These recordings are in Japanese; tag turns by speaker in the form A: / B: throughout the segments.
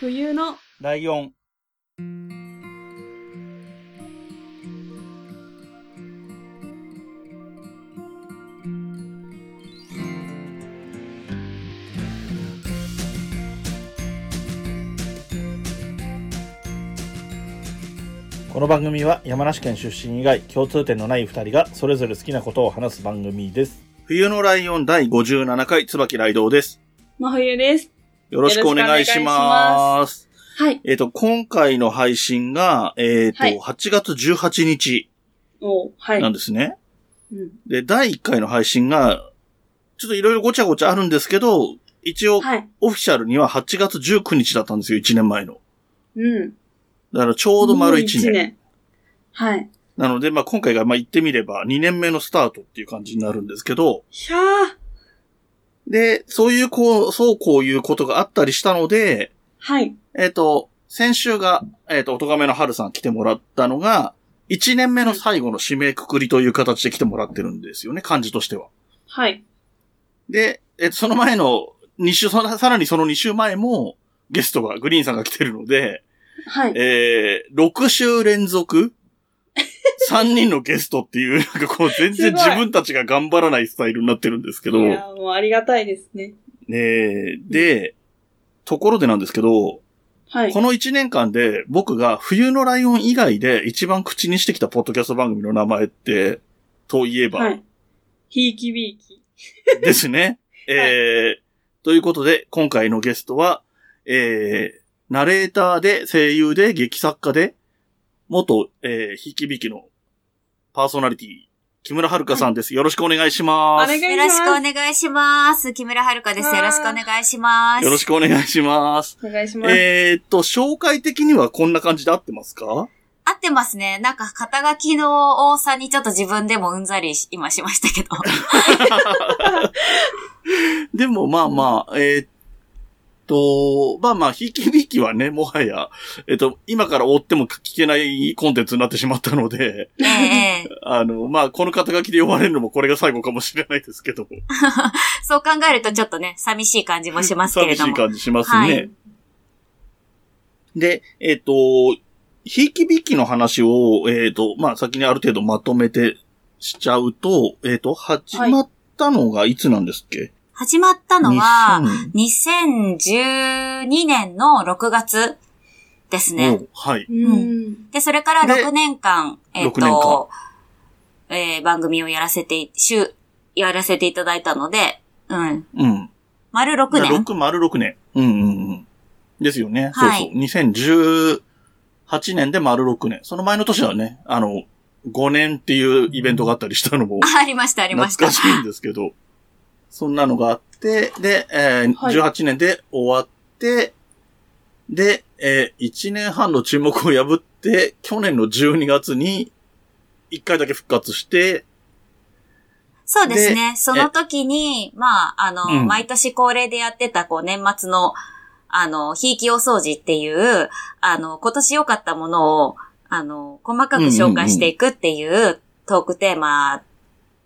A: 冬の
B: ライオン。この番組は山梨県出身以外共通点のない二人がそれぞれ好きなことを話す番組です。冬のライオン第57回椿ライドウです。
A: 真冬です。
B: よろしくお願いします。
A: はい。
B: えっ、と、今回の配信が、えっ、と、
A: はい
B: 8月18日
A: おはい。
B: なんですね。
A: うん
B: で、第1回の配信が、ちょっといろいろごちゃごちゃあるんですけど、一応、
A: はい。
B: オフィシャルには8月19日だったんですよ、1年前の。
A: うん。ち
B: だからちょうど丸1年。
A: はい。
B: なので、まあ今回が、まあ言ってみれば2年目のスタートっていう感じになるんですけど、
A: ひゃー。
B: で、そういうこう、そうこういうことがあったりしたので、
A: はい。
B: えっ、と、先週が、えっ、と、おとがめの春さん来てもらったのが、1年目の最後の締めくくりという形で来てもらってるんですよね、感じとしては。
A: はい。
B: で、えっ、と、その前の2週、そのさらにその2週前も、ゲストが、グリーンさんが来てるので、
A: はい。
B: えー、6週 連続3人のゲストっていう、なんかこう、全然
A: すごい
B: 自分たちが頑張らないスタイルになってるんですけど、
A: い
B: ね
A: やーもうありがたいですね。
B: えで、ところでなんですけど、
A: はい
B: こ。の1年間で僕が冬のライオン以外で一番口にしてきたポッドキャスト番組の名前って、といえば、
A: はい。ひいきびいき。
B: ですね。えー、ということで、今回のゲストは、えー、ナレーターで、声優で、劇作家で、元、えー、ひきびきのパーソナリティ、木村遥さんです。よろしくお願いし
A: お
B: ます。
A: 願いし
B: よ
A: ます。
C: よろしくお願いします。木村遥です。よろしくお願いします。
B: ろしくお願いします。
A: お願いします。
B: えーっと、紹介的にはこんな感じで合ってますか
C: 合ってますね。なんか、肩書きの多さにちょっと自分でもうんざりし今しました けど。
B: でも、まあまあ、えーっと、まあまあ、ひきびきはね、もはや、えっと、今から追っても聞けないコンテンツになってしまったので、
C: ええええ
B: あの、まあ、この肩書きで呼ばれるのもこれが最後かもしれないですけど、
C: そう考えるとちょっとね、寂しい感じもしますけ
B: 寂
C: れ
B: し
C: ど
B: い
C: も。
B: 感じしますね。
C: はい
B: で、えっ、と、ひいきびきの話を、えっ、と、まあ、先にある程度まとめてしちゃうと、えっ、と、始まったのがいつなんですっけ、
C: 始まったの
B: は
C: は、2012年の6月ですね。
B: はい。
A: うん。
C: で、それから
B: で
C: 6年間、えっ、
B: 6年間
C: と、えー番組をやらせてい、週、やらせていただいたので、うん。
B: うん。
C: 丸6年。
B: 6、丸6年。うんうんうん。ですよね。
C: はい
B: そうそう。2018年で丸6年。その前の年はね、あの、5年っていうイベントがあったりしたのも、
C: あありました、ありました。
B: 懐かしいんですけど、そんなのがあって、で、えー
A: はい
B: 18年で終わって、で、えー1年半の沈黙を破って、去年の12月に、1回だけ復活して、
C: そうですね。その時に、まあ、あの、
B: うん
C: 毎年恒例でやってた、こう、年末の、あの、ひいきお掃除っていう、あの、今年良かったものを、あの、細かく紹介していくっていうトークテーマ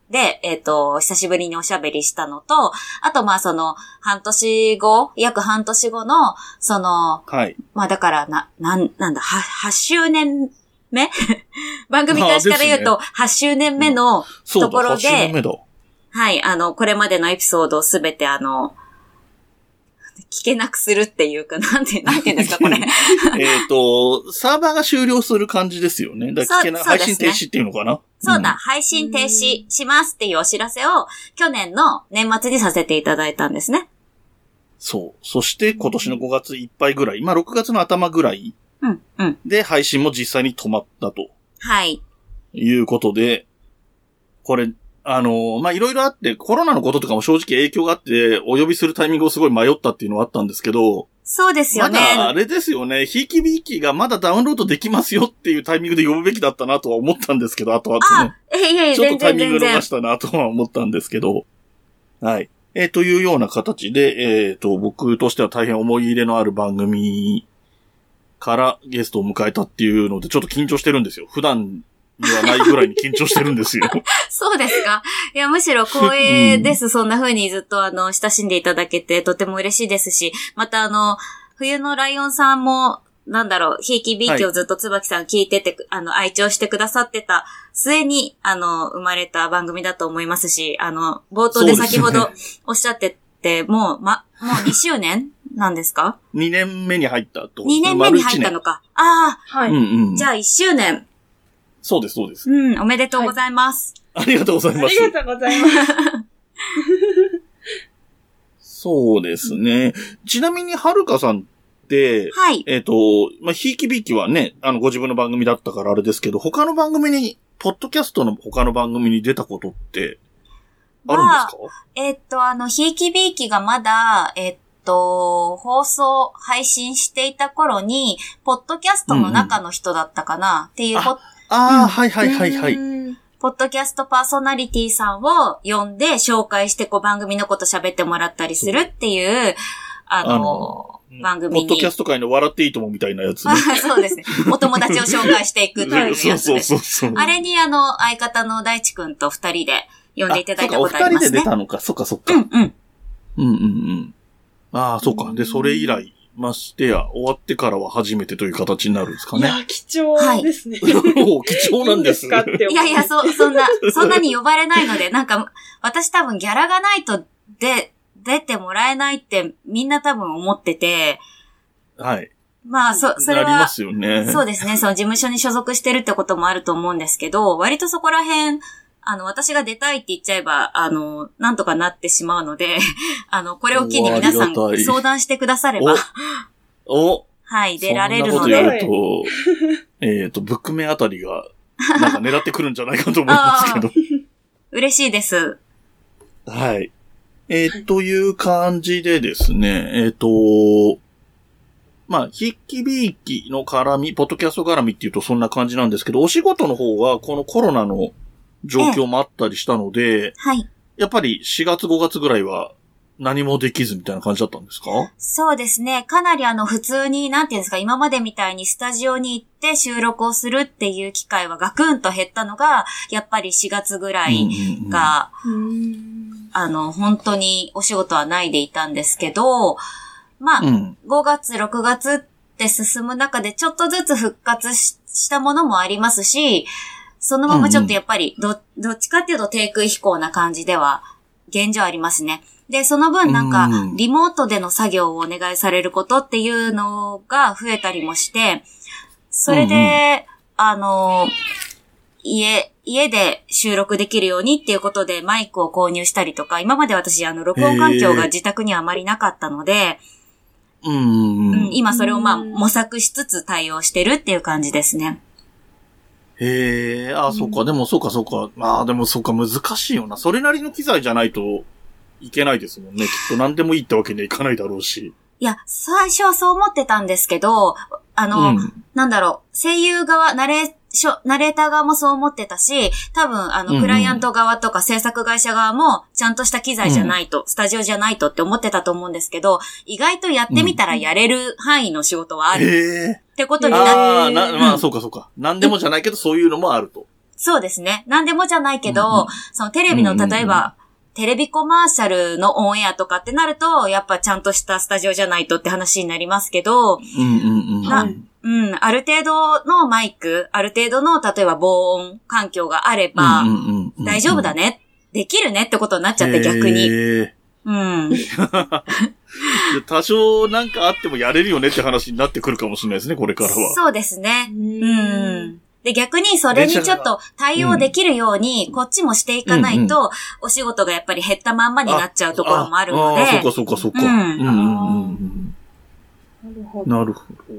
C: で、えっ、と、久しぶりにおしゃべりしたのと、あと、まあ、その、半年後、約半年後の、その、
B: はい。
C: まあ、だから、な、なん、なんだ、は、8周年目 番組開始から言うと、8周年目の、
B: そうだ、
C: ところで
B: 8年目だ。
C: はい、あの、これまでのエピソードをすべてあの、聞けなくするっていうか、 なんて、なんていうんですか、こ れ。
B: えっと、サーバーが終了する感じですよね。だから聞けない、
C: そうそう
B: 配
C: ですね
B: 信停止っていうのかな
C: そうだ、。配信停止しますっていうお知らせを、去年の年末にさせていただいたんですね。
B: んそう。そして今年の5月いっぱいぐらい、まあ6月の頭ぐらい
C: うん、うん。
B: で配信も実際に止まったと。
C: はい。
B: いうことで、これ、あの、まあ、いろいろあって、コロナのこととかも正直影響があって、お呼びするタイミングをすごい迷ったっていうのはあったんですけど、
C: そうですよ
B: ま
C: ね。
B: だあれですよね、ひいきびいきがまだダウンロードできますよっていうタイミングで呼ぶべきだったなとは思ったんですけど、後々ね。
C: えいえい え、
B: ちょっと
C: 全
B: タイ
C: 然
B: ミング
C: 全
B: 逃
C: 然
B: し。たなとは思ったんですけど、はい。えーというような形で、えっ、と、僕としては大変思い入れのある番組からゲストを迎えたっていうので、ちょっと緊張してるんですよ。普段にはないぐらいに緊張してるんですよ。
C: そうですか。いや、むしろ光栄です。そんな風にずっとあの、親しんでいただけて、とても嬉しいですし、またあの、冬のライオンさんも、なんだろう、ひいきびいきをずっと椿さん聞いてて、あの、愛聴してくださってた末に、あの、生まれた番組だと思いますし、あの、冒頭で先ほ
B: そう
C: どおっしゃってて、もう、ま、もう2周年 なんですか
B: 2年目に入ったと。
C: ?2 年目に入ったのか。
A: は
C: あ
B: 丸
A: い。
B: 一年。うんうん。
C: あ、じゃあ1周年。
B: そうです、そうです。
C: うん、おめでとうございます。
B: ありがとうござい
A: あ
B: ます。
A: りがとうございます。
B: そうですね。ちなみに、はるかさんって、
C: はい。
B: えっ、と、まあ、ひいきびいきはね、あの、ご自分の番組だったからあれですけど、他の番組に、ポッドキャストの他の番組に出たことって、あるんですか
C: えっと、あの、ひいきびいきがまだ、えっと、放送、配信していた頃に、ポッドキャストの中の人だったかなっていう、
B: うんうん
C: ポッ
B: ああ、はいはいはいは
A: う
B: い。
A: ん
C: ポッドキャストパーソナリティさんを呼んで紹介して、こう番組のこと喋ってもらったりするっていう、あの、
B: あの
C: 番組
B: ポ
C: に
B: ッドキャスト界の笑っていいともみたいなやつね。
C: そうですね。お友達を紹介していくっていうやつ
B: そ
C: で
B: う
C: す
B: そう
C: ね。
B: そうそう。
C: あれに、あの、相方の大地くんと二人で呼んでいただい
B: あ
C: た
B: そ
C: こ
B: っ
C: と
B: か
C: あり
B: お二
C: ま
B: 人
C: す
B: で
C: ね
B: 出。たのか、そっかそっか。
C: うんうん。
B: うんうんうん。ああ、そうか。で、それ以来、ましてや、終わってからは初めてという形になるんですか
A: い
B: ね。
A: や、貴重ですね。
B: おー貴重なんです。
A: いいかって思う
C: いやいや、そ、そ んな、そんなに呼ばれないので、なんか、私多分ギャラがないと、で、出てもらえないってみんな多分思ってて、
B: はい。
C: まあ、そ、そ
B: な
C: れ
B: りま
C: は、
B: すよね。
C: そうですね、その事務所に所属してるってこともあると思うんですけど、割とそこら辺、あの、私が出たいって言っちゃえば、あの、なんとかなってしまうので、 あの、これを機に皆さん
B: おありがたい
C: 相談してくだされば、
B: お
C: はい、出られるの
B: そんな
C: で、
B: こと言うと、えっ、と、ブックメンあたりが、なんか狙ってくるんじゃないかと思いますけど。
C: 嬉しいです。
B: はい。えーという感じでですね、えっ、と、まあ、ひっきびいきの絡み、ポッドキャスト絡みっていうとそんな感じなんですけど、お仕事の方はこのコロナの状況もあったりしたので、
C: はい。
B: やっぱり4月5月ぐらいは何もできずみたいな感じだったんですか
C: そうですね。かなりあの普通に、なんていうんですか、今までみたいにスタジオに行って収録をするっていう機会はガクンと減ったのが、やっぱり4月ぐらい
B: うんうんうん
C: が、
A: うん
C: あの、本当にお仕事はないでいたんですけど、まあ、
B: うん。
C: 5月、6月って進む中でちょっとずつ復活ししたものもありますし、そのままちょっとやっぱりど、どっちかっていうと低空飛行な感じでは現状ありますね。で、その分なんか
B: うん
C: リモートでの作業をお願いされることっていうのが増えたりもして、それ
B: うん
C: で、あの、家、家で収録できるようにっていうことでマイクを購入したりとか、今まで私、あの、録音環境が自宅にはあまりなかったので、
B: うんうんうん。
C: うん、今それをまあ
A: うん
C: 模索しつつ対応してるっていう感じですね。
B: へえ、あ、
A: うん
B: そっか、でもそうかそうか。まあでもそうか、難しいよな。それなりの機材じゃないといけないですもんね。きっと何でもいいってわけにはいかないだろうし。
C: いや、最初はそう思ってたんですけど、あ
B: う
C: の、
B: ん。
C: なんだろう、声優側、ナレーション、ナレーター側もそう思ってたし、多分、あ
B: うんう
C: の、
B: ん
C: クライアント側とか制作会社側も、ちゃんとした機材じゃないと、スタジオじゃないとって思ってたと思うんですけど、意外とやってみたらやれる範囲の仕事はあ
B: へ
C: る
B: え。
C: ってことになって、
B: ああ、な、ま
C: う
B: あ
C: ん
B: そうかそうか。何でもじゃないけど、そういうのもあると。
C: そうですね。何でもじゃないけど、
B: うんうん
C: そのテレビの、
B: うんうんうん
C: 例えば、テレビコマーシャルのオンエアとかってなると、やっぱちゃんとしたスタジオじゃないとって話になりますけど、
B: うんうんうん。
A: は
C: うん、ある程度のマイク、ある程度の、例えば防音環境があれば、
B: うんうんうんうん
C: 大丈夫だ
B: ね。
C: ね、できるねってことになっちゃって逆に。
B: へえ。
C: うん。
B: 多少なんかあってもやれるよねって話になってくるかもしれないですね、これからは。
C: そうですね。うん。で、逆にそれにちょっと対応できるように、こっちもしていかない
B: うん
C: と、お仕事がやっぱり減ったまんまになっちゃうところもあるの
B: ああ、そう
C: で、
B: かそうかそうか。
C: うん
B: うんうんうんうん。
A: なるほど。
B: なるほど。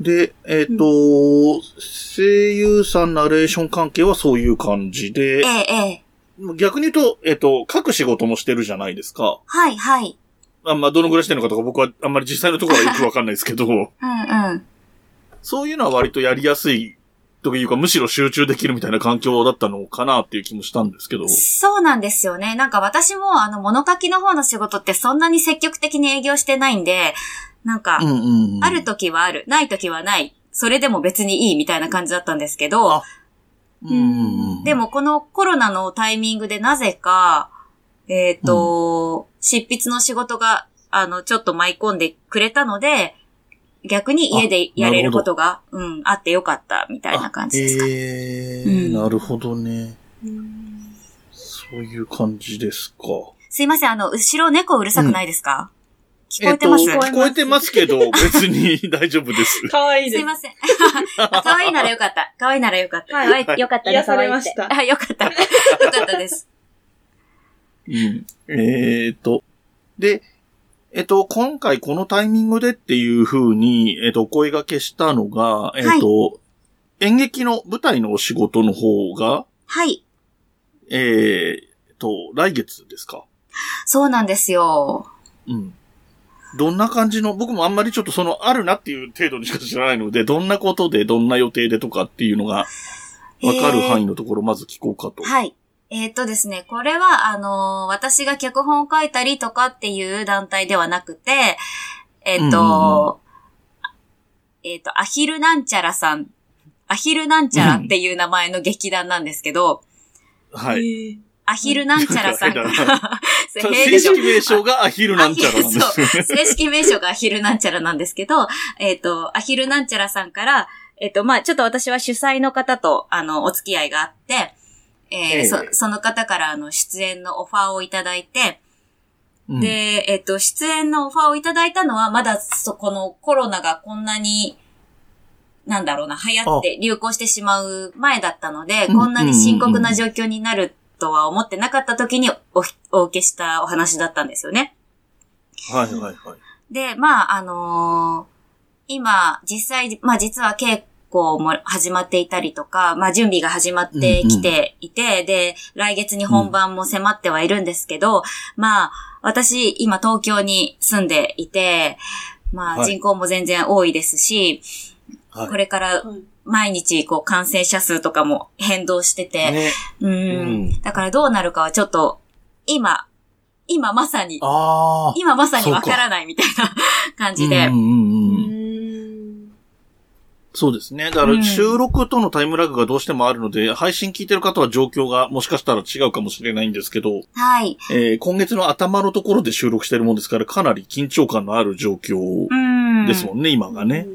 B: で、えっ、と、声優さんナレーション関係はそういう感じで
C: え、え、ええ、
B: 逆に言うと、えっ、と、書く仕事もしてるじゃないですか。
C: はい、はい。
B: あんまどのぐらいしてるのかとか僕はあんまり実際のところはよくわかんないですけど、
C: うんうん。
B: そういうのは割とやりやすいというか、むしろ集中できるみたいな環境だったのかなっていう気もしたんですけど。
C: そうなんですよね。なんか私も、あの、物書きの方の仕事ってそんなに積極的に営業してないんで、なんか、
B: うんうんうん
C: ある時はある、ない時はない、それでも別にいいみたいな感じだったんですけど
B: あ、うんうんうん
C: で、もこのコロナのタイミングでなぜか、えっ、と、執筆の仕事があの、ちょっと舞い込んでくれたので、逆に家でやれることが、うん、あってよかった、みたいな感じですか。
B: え
C: う
B: ー、
C: ん
B: なるほどね。
A: うん
B: そういう感じですか。
C: すいません、あの、後ろ猫うるさくないですか、聞こえて
B: っと、
C: ます、
B: 聞こえてますけど、別に 大丈夫です。
A: かわいい
C: す
A: で
C: い
A: す。
C: ません。 あ可愛いならよかった。可愛いならよかった。
A: はい
C: 可愛いよかったね、
A: 癒さ
C: 可愛
A: れ
C: いっ
A: ま
C: て
A: し。た
C: あ、よ かった。よかったです。
B: うん。えーと。で、えっと、今回このタイミングでっていう風に、えっと、お声掛けしたのが、えっと、演劇の舞台のお仕事の方が、
C: はい。
B: えーと、来月ですか。
C: そうなんですよ。
B: うん。どんな感じの、僕もあんまりちょっとその、あるなっていう程度にしか知らないので、どんなことで、どんな予定でとかっていうのが、わかる範囲のところ、まず聞こうかと。
C: はい。えーっとですね、これは、あのー私が脚本を書いたりとかっていう団体ではなくて、えーっと、えーっと、アヒルなんちゃらさん、アヒルなんちゃらっていう名前の劇団なんですけど、
B: は
A: え
B: い。
A: ー
C: アヒルなんちゃらさんか
B: う
C: ら
B: ん変だな、
C: それ変
B: 正
C: でしょ
B: 式名称がアヒルなんちゃらなんですよね。
C: 正式名称がアヒルなんちゃらなんですけど、えっ、と、アヒルなんちゃらさんから、えっ、と、まあちょっと私は主催の方と、あの、お付き合いがあって、えー
B: ええ
C: そその方から、あの、出演のオファーをいただいて、
B: うん
C: で、えっ、と、出演のオファーをいただいたのは、まだ、そこのコロナがこんなに、なんだろうな、流行って、流行してしまう前だったので、
B: うん
C: こんなに深刻な状況になるとは思ってなかった時にお、お受けしたお話だったんですよね。
B: はいはいはい。
C: で、まあ、あのー今、実際、まあ実は稽古も始まっていたりとか、まあ準備が始まってきていて、で、来月に本番も迫ってはいるんですけど、まあ、私、今東京に住んでいて、ま
B: は
C: あ
B: い
C: 人口も全然多いですし、
B: はい
C: これから
A: はい
C: 毎日こう感染者数とかも変動してて、
B: ね。
C: う。
B: うんん。
C: だからどうなるかはちょっと、今、今まさに、
B: ああ。
C: 今まさにわからないみたいな感じで、
B: うんう
A: う
B: んうん
A: ん
B: そうですね。だか
C: うん
B: ら収録とのタイムラグがどうしてもあるので、配信聞いてる方は状況がもしかしたら違うかもしれないんですけど、
C: はい。
B: えー今月の頭のところで収録してるもんですから、かなり緊張感のある状況
C: うん。
B: ですもんね、今がね。。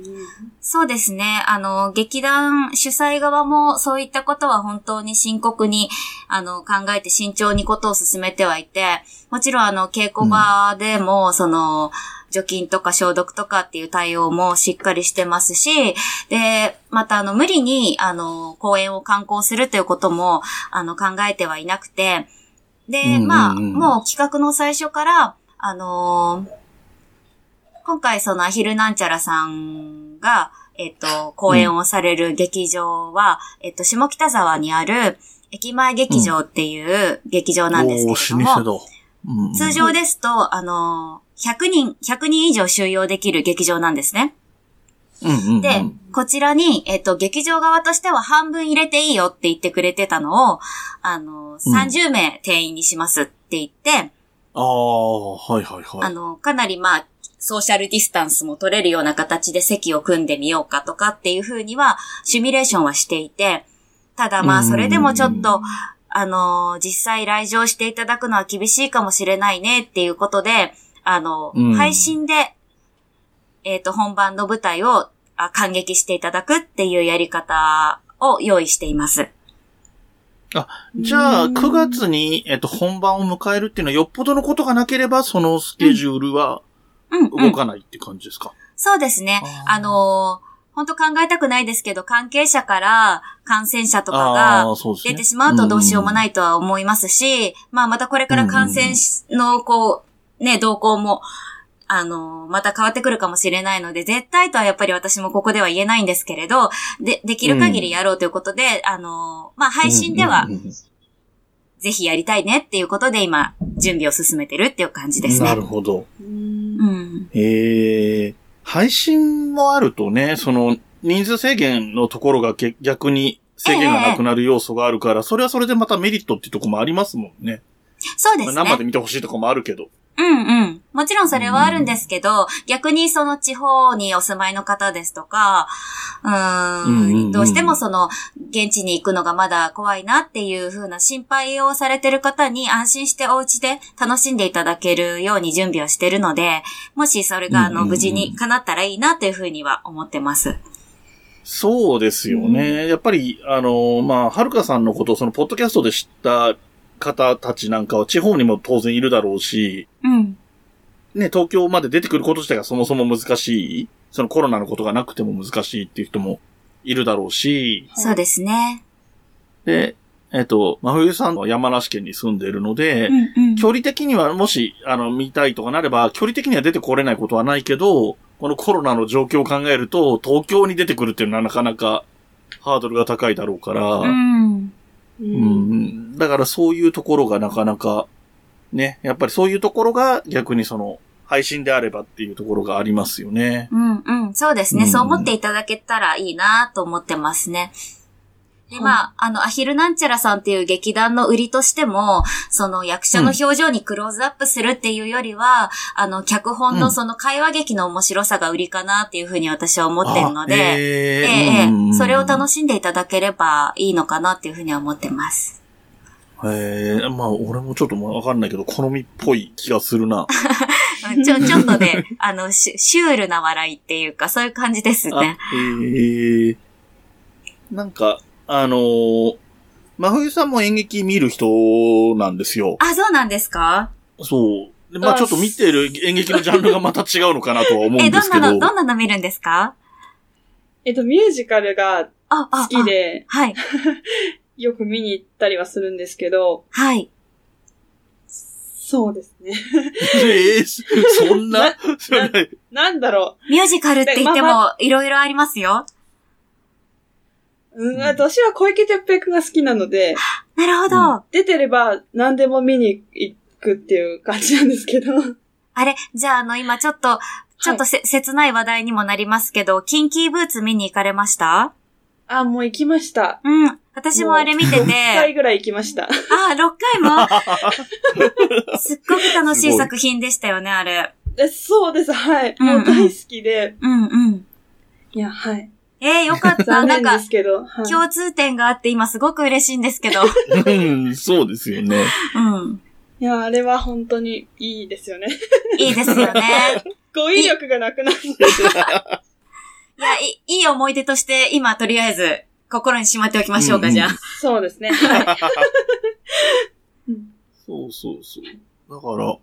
C: そうですね。あの、劇団主催側もそういったことは本当に深刻に、あの、考えて慎重にことを進めてはいて、もちろんあの、稽古場でも、その、除菌とか消毒とかっていう対応もしっかりしてますし、で、またあの、無理に、あの、公演を観光するということも、あの、考えてはいなくて、
B: うんうん
C: で、
B: うん
C: まあ、もう企画の最初から、あのー今回そのアヒルなんちゃらさんが、えっと、公演をされる劇場は、えっと、下北沢にある、駅前劇場っていう劇場なんですけ
B: おー
C: れども、
B: 老舗だ。うんうん
C: 通常ですと、あのー、100人、100人以上収容できる劇場なんですね。
B: うんうんうん
C: で、こちらに、えっと、劇場側としては半分入れていいよって言ってくれてたのを、あのー、
B: うん
C: 30名定員にしますって言って、
B: ああ、はいはい
C: あ
B: はい。
C: の、かなりまあ、ソーシャルディスタンスも取れるような形で席を組んでみようかとかっていうふうには、シミュレーションはしていて、ただまあ、
B: うん
C: それでもちょっと、あの、実際来場していただくのは厳しいかもしれないねっていうことで、あの、
B: うん
C: 配信で、えっ、と、本番の舞台をあ感激していただくっていうやり方を用意しています。
B: じゃあ、9月に、えっと、本番を迎えるっていうのは、よっぽどのことがなければ、そのスケジュールは
C: うん、うん
B: 動。かないって感じですか、
C: そうですね。
B: あー
C: あのー、本当考えたくないですけど、関係者から感染者とかが
B: あーそうですね
C: 出てしまうとどうしようもないとは思いますし、まあまたこれから感染しの、こう、ね、動向も、あのー、また変わってくるかもしれないので、絶対とはやっぱり私もここでは言えないんですけれど、で、できる限りやろうということで、あのー、まあ配信では
B: うんうんうん
C: ぜひやりたいねっていうことで今、準備を進めてるっていう感じです
B: な
C: ね
B: る。ほど。
A: うん
C: うん。
B: えー、配信もあるとね、その、人数制限のところがけ逆に制限がなくなる要素があるから、それはそれでまたメリットっていうところもありますもんね。
C: そうですね。
B: まあ生で見てほしいとこもあるけど。
C: うんうん。もちろんそれはあるんですけど、逆にその地方にお住まいの方ですとか、うーん,、
B: うんうんうん
C: どうしてもその、現地に行くのがまだ怖いなっていう風な心配をされてる方に安心してお家で楽しんでいただけるように準備をしてるので、もしそれが
B: う
C: あ
B: んうんう
C: の、
B: ん
C: 無事に叶ったらいいなという風には思ってます。
B: そうですよね。やっぱり、あの、まあ、はるかさんのことをその、ポッドキャストで知った方たちなんかは地方にも当然いるだろうし、
C: うん。
B: ね、東京まで出てくること自体がそもそも難しい、そのコロナのことがなくても難しいっていう人もいるだろうし、
C: そうですね。
B: で、えっと、真冬さんは山梨県に住んでいるので、
C: うんうん
B: 距離的にはもし、あの、見たいとかなれば、距離的には出てこれないことはないけど、このコロナの状況を考えると、東京に出てくるっていうのはなかなかハードルが高いだろうから、
C: うん。
A: う。
B: うんん、だからそういうところがなかなか、ね、やっぱりそういうところが逆にその、配信であればっていうところがありますよね。
C: うんうん。そうですね。
B: うん
C: そう思っていただけたらいいなと思ってますね。で、
A: はい
C: まあ、あの、アヒルなんちゃらさんっていう劇団の売りとしても、その役者の表情にクローズアップするっていうよりは、あの、脚本
B: う
C: の
B: ん
C: その会話劇の面白さが売りかなっていうふうに私は思ってるので、
B: あ
C: え
B: え
C: え
B: ー
C: ええ
B: うん
C: それを楽しんでいただければいいのかなっていうふうには思ってます。
B: ええまあ、俺もちょっとまあわかんないけど、好みっぽい気がするな。
C: うん ちょ、ちょっとね、あの、シュシュールな笑いっていうか、そういう感じですね。
B: あええなんか、あのー、真冬さんも演劇見る人なんですよ。
C: あ、そうなんですか
B: そう。でまあ
A: あ
B: ちょっと見てる演劇のジャンルがまた違うのかなとは思う
C: え、
B: んで
C: どん
B: すけ
C: な
B: ど。
C: の、どんなの見るんですか
A: えっと、ミュージカルが
C: あ、
A: 好
C: あ、
A: きで、
C: あ。はい。
A: よく見に行ったりはするんですけど、
C: はい。
A: そうですね。
B: ええそんな、そんな
A: なんだろ
C: ミュージカルって言って
A: まあ
C: も、いろいろありますよ。
A: う。うん、私は小池徹平くんが好きなので、
C: なるほど。
B: う
A: 出てれば何でも見に行くっていう感じなんですけど。
C: あれ、じゃあ、あの、今ちょっと、ちょっと
A: はい、
C: せ、切ない話題にもなりますけど、キンキーブーツ見に行かれました
A: あ、もう行きました。
C: うん。私もあれ見て
A: 1回
C: て、
A: ぐらい行きました。
C: あ、6回 もすっごく楽し
B: すご
C: い
B: い
C: 作品でしたよね、あれ。
A: えそうです、はい。
C: うんうん
A: もう大好きで。
C: うんうん。
A: いや、はい。
C: えー、よかった。
A: 残
C: なん
A: 念
C: か
A: で、すけど。はい
C: 共通点があって、今すごく嬉しいんですけど。
B: うん、そうですよね。
C: うん。
A: いや、あれは本当にいいですよね。
C: いいですよね。
A: 語彙力がなくなる。
C: いや、い い、いい思い出として、今、とりあえず、心にしまっておきましょうか、
B: うんうん
C: じゃあ。
A: そうです ね。はい。うん
B: そうそうそう。だから、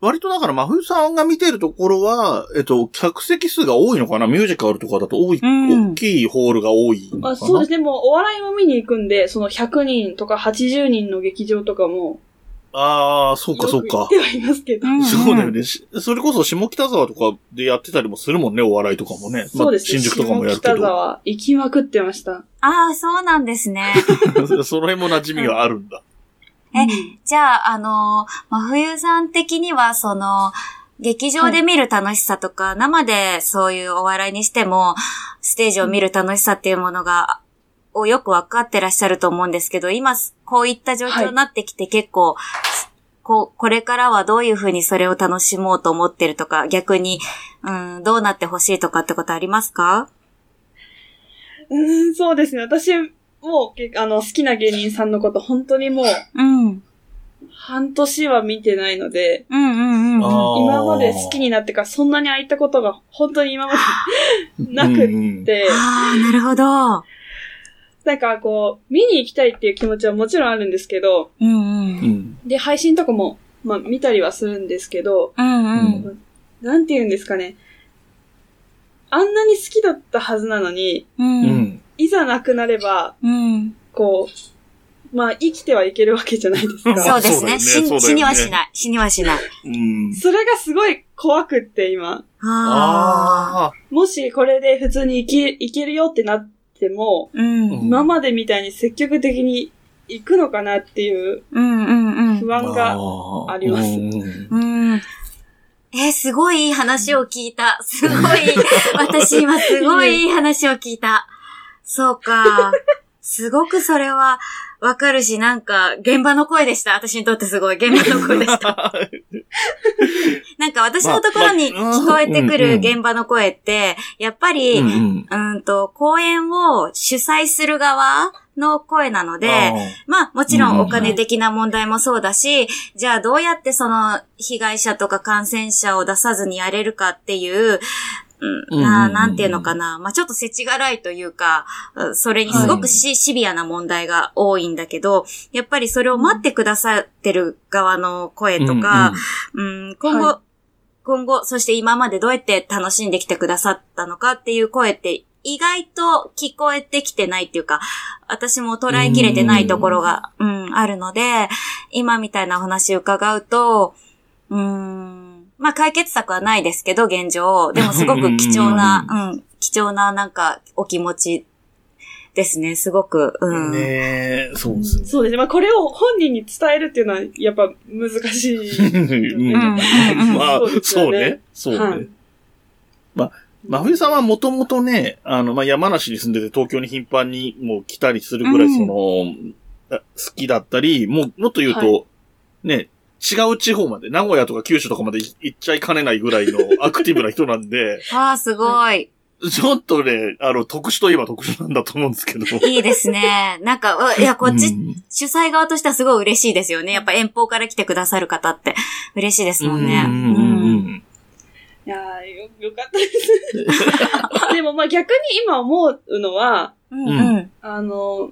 B: 割とだから、真冬さんが見てるところは、えっと、客席数が多いのかなミュージカルとかだと多い、
C: うん
B: 大きいホールが多いのかな
A: あそうですね。もうお笑いも見に行くんで、その100人とか80人の劇場とかも、
B: ああ、そうかそう
A: よ
B: か
A: く行っ。てはいますけど。
C: ん
B: そうだよね。しそれこそ下北沢とかでやってたりもするもんね、お笑いとかもね。まあ
A: そうですね。
B: 新宿とかもやるけ
A: 下北沢行きまくってました。
C: ああ、そうなんですね。
B: ど。 その辺も馴染みがあるんだ。
C: え
A: うん
C: じゃあ、あのー、真冬さん的には、その、劇場で見る楽しさとか、生でそういうお笑いにしても、ステージを見る楽しさっていうものが、をよくわかってらっしゃると思うんですけど、今、こういった状況になってきて結構、こう、これからはどういうふうにそれを楽しもうと思ってるとか、逆に、うん、どうなってほしいとかってことありますか
A: うーん、そうですね。私、もうけ、あの、好きな芸人さんのこと、本当にもう、
C: うん。うん
A: 半年は見てないので、
C: うんうんうん。
B: あー
A: 今まで好きになってからそんなに会ったことが本当に今まで な
B: うん
A: く
B: うん
A: って、
C: ああ、なるほど。
A: なんかこう、見に行きたいっていう気持ちはもちろんあるんですけど、
C: うん
B: う
C: う。
B: んん。
A: で、配信とかも、まあ見たりはするんですけど、
C: うんうん。
A: なんて言うんですかね。あんなに好きだったはずなのに、
C: う。
B: うんん。
A: いざ亡くなれば、
C: うん。
A: こう、まあ生きてはいけるわけじゃないですか。
C: そうですね。
B: そうだよねそうだよね
C: 死死にはしない。死にはしない。
B: うん。
A: それがすごい怖くって今。
C: ああ。
B: ああ。
A: もしこれで普通に生き、生けるよってなっても、
C: うん。うん
A: 今までみたいに積極的に行くのかなっていう
C: うん
A: 不安が、あります
B: うんうん
C: うん。うん。えー、すごいいい話を聞いた。すごい、 私今すごいいい話を聞いた。そうか。すごくそれはわかるし、なんか、現場の声でした。私にとってすごい現場の声でした。なんか私のところに
B: まあまあ
C: 聞こえてく
B: うんう
C: る
B: ん
C: 現場の声って、やっぱり、
B: うん
C: う
B: うん。
C: ーんと、公演を主催する側の声なので、まあもちろ
B: うん
C: ん
B: うん
C: お金的な問題もそうだし、じゃあどうやってその被害者とか感染者を出さずにやれるかっていう、
B: う
C: う
B: う
C: んん、
B: ん
C: な
B: うん
C: なんていうのかな。まあちょっと世知辛いというか、うんそれにすごくシ,、シビアな問題が多いんだけど、やっぱりそれを待ってくださってる側の声とか、うん、今後、
A: は
C: 今後、そして今までどうやって楽しんできてくださったのかっていう声って意外と聞こえてきてないっていうか、私も捉えきれてないところが、うん、あるので、今みたいなお話を伺うと、うん、まあ解決策はないですけど、現状。でもすごく貴重な、うん、貴重ななんかお気持ちですね、すごく。
B: う
C: うんん。
B: ねえ、そうですね。
A: そうですね。まあ、これを本人に伝えるっていうのは、やっぱ難しい。
B: うん
C: うんうんうん
B: まあ
A: そう、です
B: そう
A: よね
B: ね。そう
A: は
B: ね
A: い。
B: 真冬さんはもともとね、あの、まあ、山梨に住んでて東京に頻繁にもう来たりするぐらい、
C: うん
B: その、あ好きだったり、もう、もっと言うと、
A: は
B: ね、違う地方まで、名古屋とか九州とかまでい行っちゃいかねないぐらいの アクティブな人なんで、
C: わあ、すごい。
B: ちょっとね、あの、特殊といえば特殊なんだと思うんですけど。
C: いいですね。なんか、ういや、こっち
B: うん
C: 主催側としてはすごい嬉しいですよね。やっぱ遠方から来てくださる方って嬉しいですもんね。
B: う
C: うん。
B: うんうんん
A: いやーよ、よかった です。でも、まあ、逆に今思うのは、
C: うんうん。
A: あの、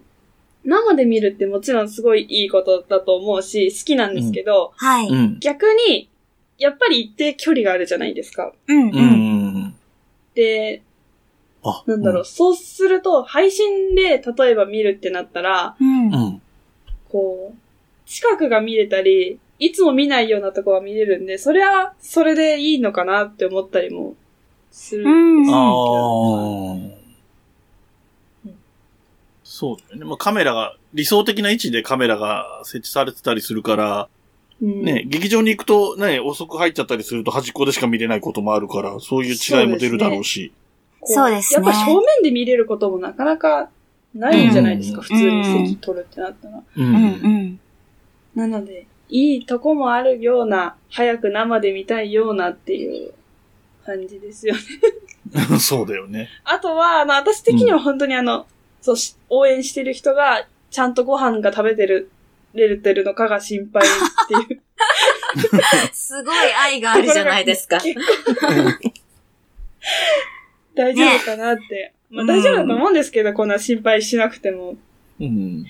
A: 生で見るってもちろんすごいいいことだと思うし、好きなんですけど、
C: はい。
B: う
C: うん
B: ん。
A: 逆に、やっぱり一定距離があるじゃないですか。
C: うん。
B: う
C: うん
B: ん。
A: で、
B: あ、
A: なんだろう、そうすると、配信で例えば見るってなったら、
B: うん。うん。
A: こう、近くが見れたり、いつも見ないようなとこは見れるんで、それは、それでいいのかなって思ったりもする。
C: うん
B: あ
C: うん
B: ーそうだよね。まあ、カメラが、理想的な位置でカメラが設置されてたりするから、
A: うん
B: ね、劇場に行くとね、遅く入っちゃったりすると端っこでしか見れないこともあるから、そういう違いも出るだろうし。
A: こう
C: そうですね
A: やっぱ正面で見れることもなかなかないんじゃないですか、
B: うん
A: 普通に席取るってなったら。
B: う
C: うん
B: ん。
C: うん。
A: なので、いいとこもあるような、早く生で見たいようなっていう感じですよね。
B: そうだよね。
A: あとは、あの、私的には本当にあの、そうし、応援してる人が、ちゃんとご飯が食べてる、れてるのかが心配っていう。
C: すごい愛 があるじゃないですか。
A: 結構大丈夫かなって。まあ大丈夫だと思うんですけど、こんな心配しなくても。
B: うん。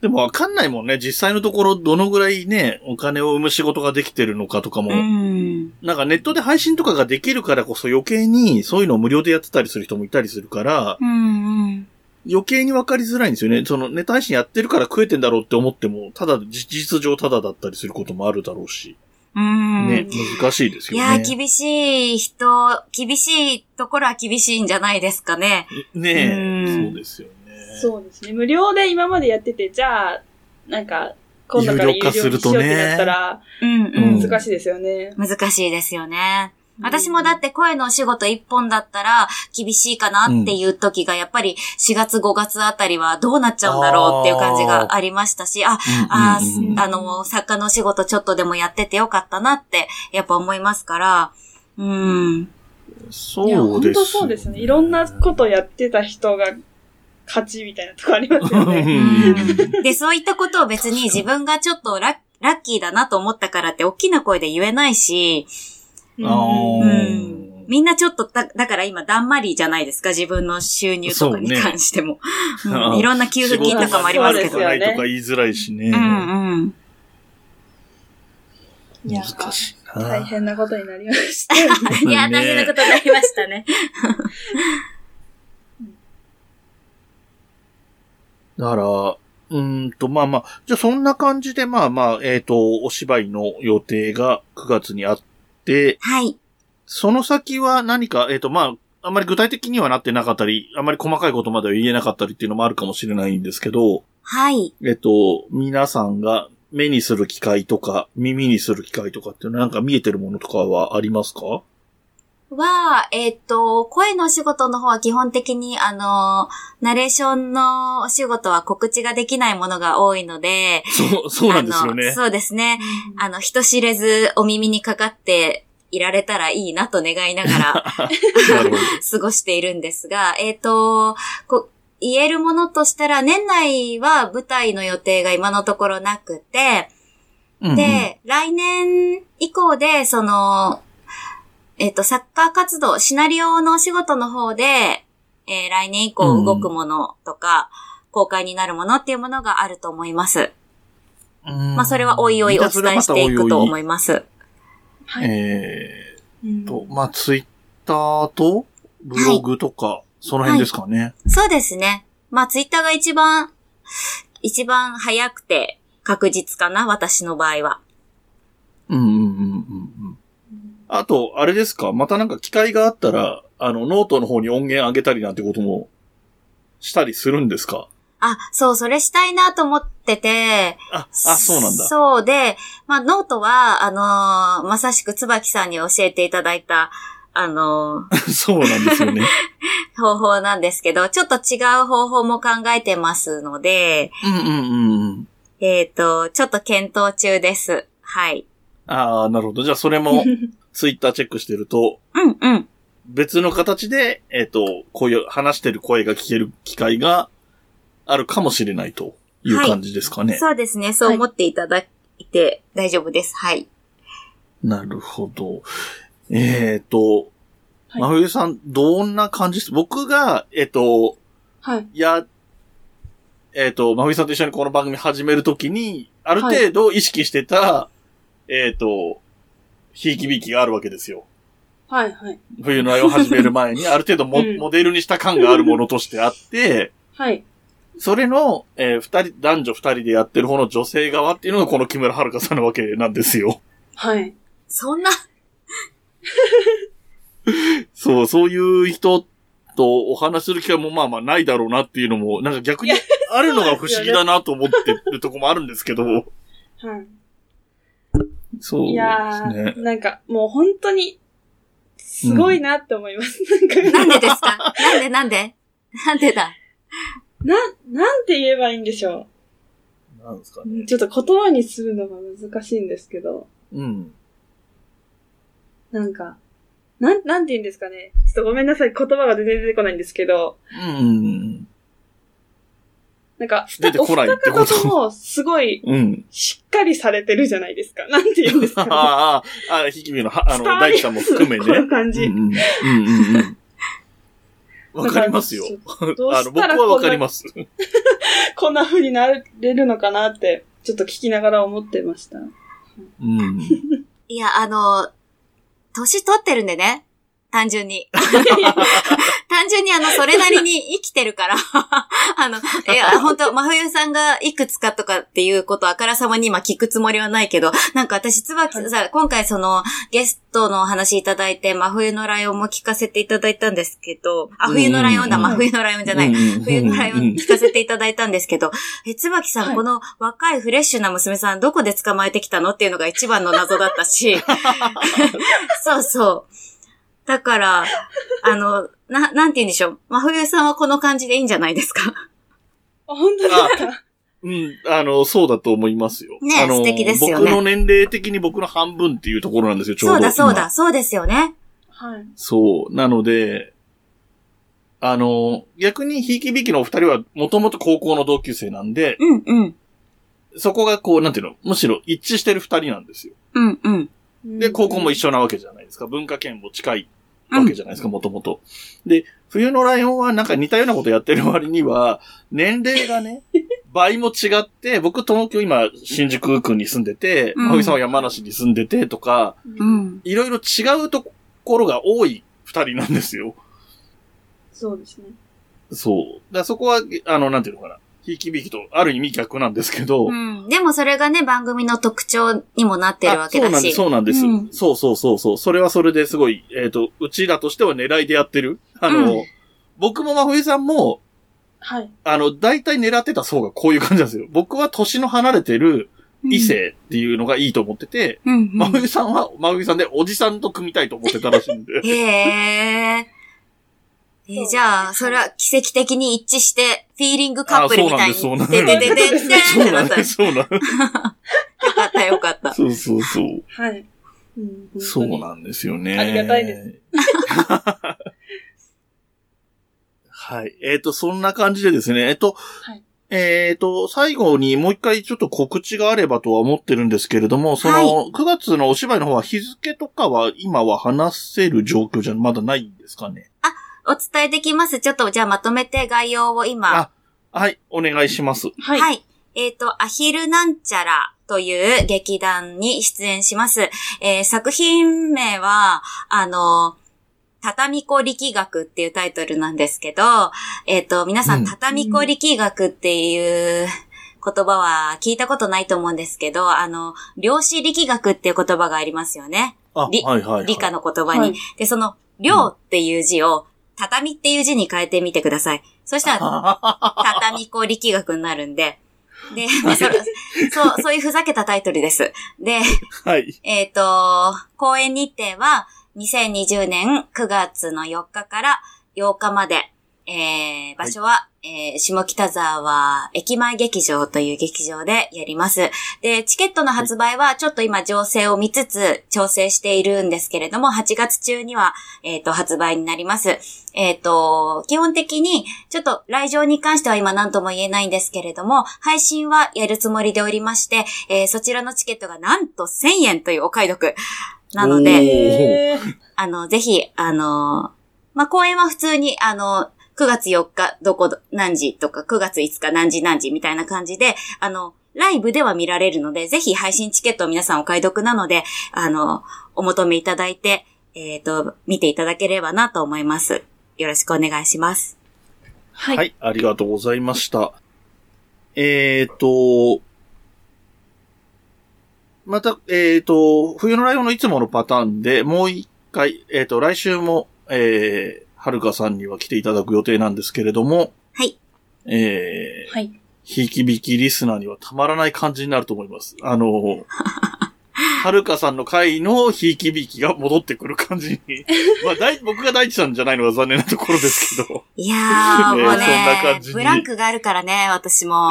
B: でもわかんないもんね。実際のところどのぐらいね、お金を生む仕事ができてるのかとかも。
C: うん。
B: なんかネットで配信とかができるからこそ余計にそういうのを無料でやってたりする人もいたりするから、
C: うんうん。
B: 余計に分かりづらいんですよね。そのネタ配信やってるから食えてんだろうって思っても、ただ、じ事実上ただだったりすることもあるだろうし。
C: うん
B: ね、難しいです
C: い
B: よ
C: や
B: ね。
C: ー、厳しい人、厳しいところは厳しいんじゃないですかね。
B: ね
C: うん
B: そうですよね。
A: そうですね。無料で今までやってて、じゃあ、なんか、今度から有料にしようってなったら、
C: うんうん。
A: 難しいですよね。
C: 難しいですよね。私もだって声のお仕事一本だったら厳しいかなっていう時がやっぱり4月5月あたりはどうなっちゃうんだろうっていう感じがありましたし、あ、あ
B: うんうんうん
C: ー、あの、作家のお仕事ちょっとでもやっててよかったなってやっぱ思いますから、うん。
A: いや、
B: そう
A: 本
B: です。
A: 当そうですね。いろんなことやってた人が勝ちみたいなとこありますよ
B: う
A: ね。
B: ん。
C: で、そういったことを別に自分がちょっとララッキーだなと思ったからって大きな声で言えないし、
A: うん
B: あー
C: う
B: うん
C: んみんなちょっとだ、だから今、だんまりじゃないですか、自分の収入とかに
B: そうね
C: 関しても。う
B: あー
C: んいろんな給付金とかもありますけ
A: 仕事
C: ど。
A: がな
B: な
A: いい
B: と
A: と
B: か
A: か
B: 言いづらいしね。
C: うんうん。
A: いやー
B: 難しいな。
A: 大変なことになりました。
C: いや、大変なことになりましたね。
B: だから、うーんと、まあまあ、じゃあそんな感じで、まあまあ、えっ、と、お芝居の予定が9月にあって、
C: はい。
B: その先は何か、えっ、と、まあ、あんまり具体的にはなってなかったり、あんまり細かいことまでは言えなかったりっていうのもあるかもしれないんですけど、
C: はい。
B: えっ、と、皆さんが目にする機会とか、耳にする機会とかっていうのはなんか見えてるものとかはありますか
C: は、えっ、と、声のお仕事の方は基本的に、あの、ナレーションのお仕事は告知ができないものが多いので、
B: そう、そうなんですよ
C: あ
B: ね
C: の。そうですね。あの、人知れずお耳にかかっていられたらいいなと願いながら
B: なるほど
C: 過ごしているんですが、えっ、と、こ言えるものとしたら、年内は舞台の予定が今のところなくて、
B: うんうん、
C: で、来年以降で、その、えっ、と、サッカー活動、シナリオのお仕事の方で、えー来年以降動くものとか、公開になるものっていうものがあると思います。
B: ま
C: まあ、それはおいおいお伝えしていくと思います。
A: はい。
B: え
A: うん
B: ー、と、まあ、ツイッターとブログとか、その辺ですかね。
C: そうですね。まあ、ツイッターが一番、一番早くて確実かな、私の場合は。
B: うんうんうんうんうん。あと、あれですかまたなんか機会があったら、あの、ノートの方に音源上げたりなんてこともしたりするんですか
C: あ、そう、それしたいなと思ってて。
B: あ、あ、そうなんだ。
C: そうで、まあ、ノートは、あのーまさしく椿さんに教えていただいた、あの ー
B: そうなんですよね。
C: 方法なんですけど、ちょっと違う方法も考えてますので、
B: うんうんうんうん。
C: えっ、と、ちょっと検討中です。はい。
B: ああ、なるほど。じゃあそれ もツイッターチェックしてると、
C: うんうん。
B: 別の形で、えっ、と、こういう話してる声が聞ける機会があるかもしれないという感じですかね。
C: そうですね。そう思っていただいて大丈夫です。はい。
B: なるほど。えっ、と、
A: はい
B: 真冬さん、どんな感じです僕が、えっ、と、
A: はい。
B: や、えっ、と、まふいさんと一緒にこの番組始めるときに、ある程度意識してた、えっ、と、ひいきびいきがあるわけですよ。
A: はい。はい。
B: 冬の愛を始める前 に、ある程度モ,、
A: うん
B: モデルにした感があるものとしてあって、
A: はい。
B: それの、えー二人、男女二人でやってる方の女性側っていうのがこの木村遥さんなわけなんですよ。
A: はい。
C: そん な、
B: そう、そういう人とお話しする機会もまあまあないだろうなっていうのも、なんか逆にあるのが不思議だなと思ってるとこもあるんですけど、
A: はい。
B: そう
A: いや
B: ですね
A: ー、。なんか、もう本当に、すごいなって思います。なんか、
C: なんでですかなんでなんでなんでだ
A: な、なんて言えばいいんでしょ
B: なんですかね。
A: う。ちょっと言葉にするのが難しいんですけど、
B: うん。
A: なんか、なん、なんて言うんですかね。ちょっとごめんなさい、言葉が全然出てこないんですけど、
B: うん。
A: なんか、
B: 出てこないってこと
A: お二方とも、すごい、
B: うん。
A: しっかりされてるじゃないですか。なんて言うんですか、ね。
B: ああ、ああ、ひきみの、はあの、
A: 伝わり
B: 大地さんも含め
A: この
B: ね。
A: 感じ。
B: うんうんうんうんうん。わかりますよ。
A: どう
B: あの、
A: し
B: 僕
A: たら
B: はわかります。
A: こんな風になれるのかなって、ちょっと聞きながら思ってました。
B: うん。
C: いや、あの、年取ってるんでね。単純に。 単純にあの、それなりに生きてるから。 あの、いや、本当真冬さんがいくつかとかっていうことをあからさまに今聞くつもりはないけど、なんか私、椿さん、今回その、ゲストのお話いただいて、真冬のライオンも聞かせていただいたんですけど、あ、冬のライオンだ、
B: うん
C: 真冬のライオンじゃない。冬のライオン
B: うん
C: 聞かせていただいたんです けど、え、つばきさ
A: は
C: ん、
A: い
C: この若いフレッシュな娘さん、どこで捕まえてきたのっていうのが一番の謎だっ たし、 そうそう。だから、あの、な、なんて言うんでしょう。真冬さんはこの感じでいいんじゃないですか。
A: あ、本当ですか
B: うん、あの、そうだと思いますよ。
C: ね
B: あの
C: 素敵ですよね
B: 僕の年齢的に僕の半分っていうところなんですよ、ちょうど。
C: そうだそう
B: 今
C: だ、そうですよね。
A: はい。
B: そう。なので、あの、逆にひいきびきのお二人はもともと高校の同級生なんで、
C: うんうん。
B: そこがこう、なんていうの、むしろ一致してる二人なんですよ。
C: うんうん。
B: で、高校も一
A: 緒。
B: 緒なわけじゃないですか。文化圏も近いわけじゃないですか、もともと。で、冬のライオンはなんか似たようなことやってる割には、年齢がね、倍も違って、僕東京今、新宿区に住んでて、
C: うん
B: まふいさんは山梨に住んでてとか、
C: う
A: うん
C: ん。
B: いろいろ違うところが多い二人なんですよ。
A: そうですね。
B: そう。だからそこは、あの、なんていうのかな。ひいきびきと、ある意味逆なんですけど。
C: うん。でもそれがね、番組の特徴にもなってるわ
B: あ
C: け
B: そう
C: だ
B: なんで
C: し。
B: す、そうなんです。
C: うん
B: そうそうそうそう。それはそれですごい、えっ、と、うちらとしては狙いでやってる。あの、
C: う
B: 僕も真冬さんも、
A: はい。
B: あの、大体狙ってた層がこういう感じなんですよ。僕は年の離れてる異性っていうのがいいと思ってて、
C: うんうん。。
B: まぐいさんは、まぐいさんでおじさんと組みたいと思ってたらしいんで
C: へー。えーじゃあ、それは奇跡的に一致して、フィーリングカップルみたいに。
B: あそうなんですそうなん
C: で
B: で
C: でででで
B: そう
C: な
B: なん
C: っ
B: で
C: た。よ
B: す、そうなんで
C: かった、よかった
B: す。。そうそうそう。
A: はい。うん
B: そう
A: 本
B: なんですよね。。
A: ありがたいです
B: はい。えっ、と、そんな感じでですね。えっ、と、
A: はい
B: えっ、と、最後にもう一回ちょっと告知があればとは思ってるんですけれども、その、9月のお芝居の方は日付とかは今は話せる状況じゃまだないんですかね。
C: お伝えできます。ちょっと、じゃあまとめて概要を今。
B: あはい、お願いします。
A: 当にはい。
C: はい。えっ、と、アヒルなんちゃらという劇団に出演します。えー作品名は、あの、畳子力学っていうタイトルなんですけど、えっ、と、皆さ、
B: うんん
C: 畳子力学っていう言葉は聞いたことないと思うんですけど、あの、量子力学っていう言葉がありますよね。
B: あ、はい
C: り
B: はい、はい。
C: 理科 の言葉に。
A: はい
C: で、その、量っていう字を、畳っていう字に変えてみてください。そしたら、 畳子力学になるんで。で、そそう、そういうふざけたタイトルです。で、
B: はい。
C: えっ、と、公演日程は2020年9月の4日から8日まで、えー、場所は、えー下北沢駅前劇場という劇場でやります。で、チケットの発売はちょっと今情勢を見つつ調整しているんですけれども、8月中には、えっ、と、発売になります。えっ、と、基本的に、ちょっと来場に関しては今何とも言えないんですけれども、配信はやるつもりでおりまして、えーそちらのチケットがなんと1000円というお買い得なの
B: お
C: で、
A: えー
C: あの、ぜひ、あのーまあ、公演は普通に、あの9月4日どこど何時とか、9月5日何時何時みたいな感じで、あの、ライブでは見られるので、ぜひ配信チケットを皆さんお買い得なので、あの、お求めいただいて、えっ、と、見ていただければなと思います。よろしくお願いします。
A: はい。
B: はい、ありがとうございました。えっ、と、また、えっ、と、冬のライオンのいつものパターンで、もう一回、えっ、と、来週も、えー、はるかさんには来ていただく予定なんですけれども、
C: はい。
B: えー、
A: はい。
B: ひいきびきリスナーにはたまらない感じになると思います。あの、はるかさんの回のひいきびきが戻ってくる感じに。まあ、大僕が大地さんじゃないのが残念なところですけど。
C: いやー、
B: ね
C: もう
B: そんな
C: ね
B: 感じ、に
C: ブランクがあるからね、私 も。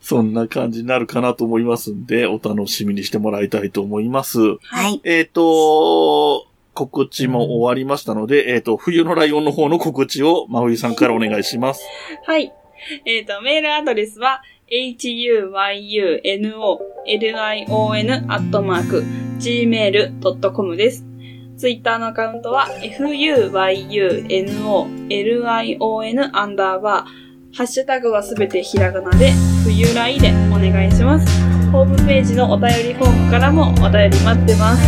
B: そんな感じになるかなと思いますんで、お楽しみにしてもらいたいと思います。
C: はい。
B: えっ、と、告知も終わりましたので、えっ、と、冬のライオンの方の告知を、まふりさんからお願いします。
A: はい。えっ、と、メールアドレスは、huyunolion.gmail.com です。ツイッターのアカウントは、fuyunolion アンダーバー、ハッシュタグはすべてひらがなで、冬来でお願いします。ホームページのお便りフォームからもお便り待ってます。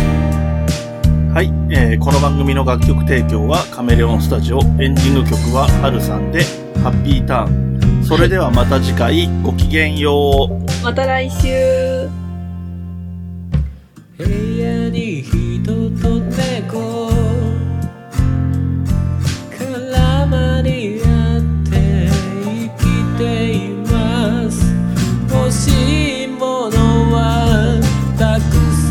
B: はい、えーこの番組の楽曲提供はカメレオンスタジオ、エンディング曲はハルさんで、ハッピーターン。それではまた次回、ごきげんよう。
A: また来週。
D: 部屋に人と猫絡まり合って生きています欲しいものはたく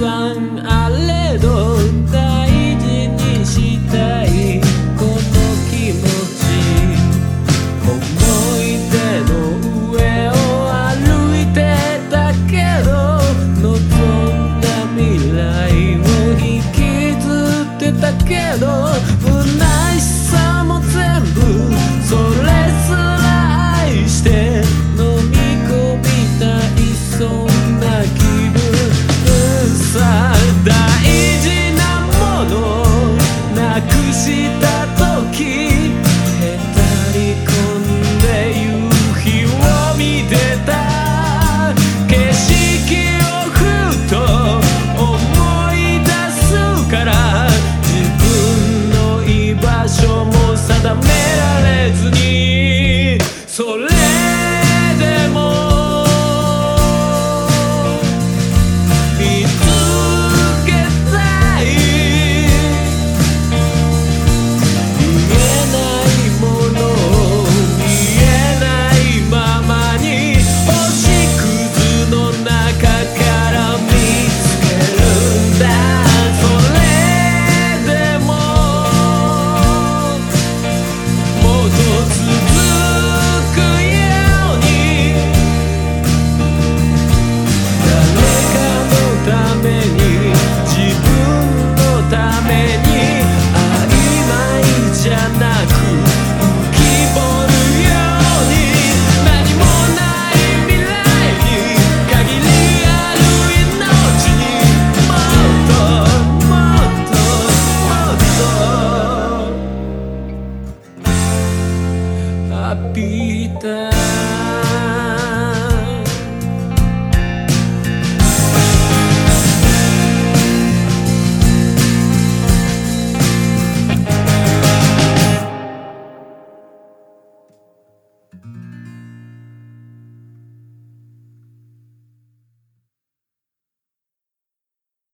D: さんあれど大事にしたいこの気持ち思い出の上を歩いてたけど望んだ未来を引きずってたけど不悔しさも全部それすら愛して飲み込みたいそんな気分さ大事なものなくした時へたり込んで夕日を見てた景色をふと思い出すから自分の
B: 「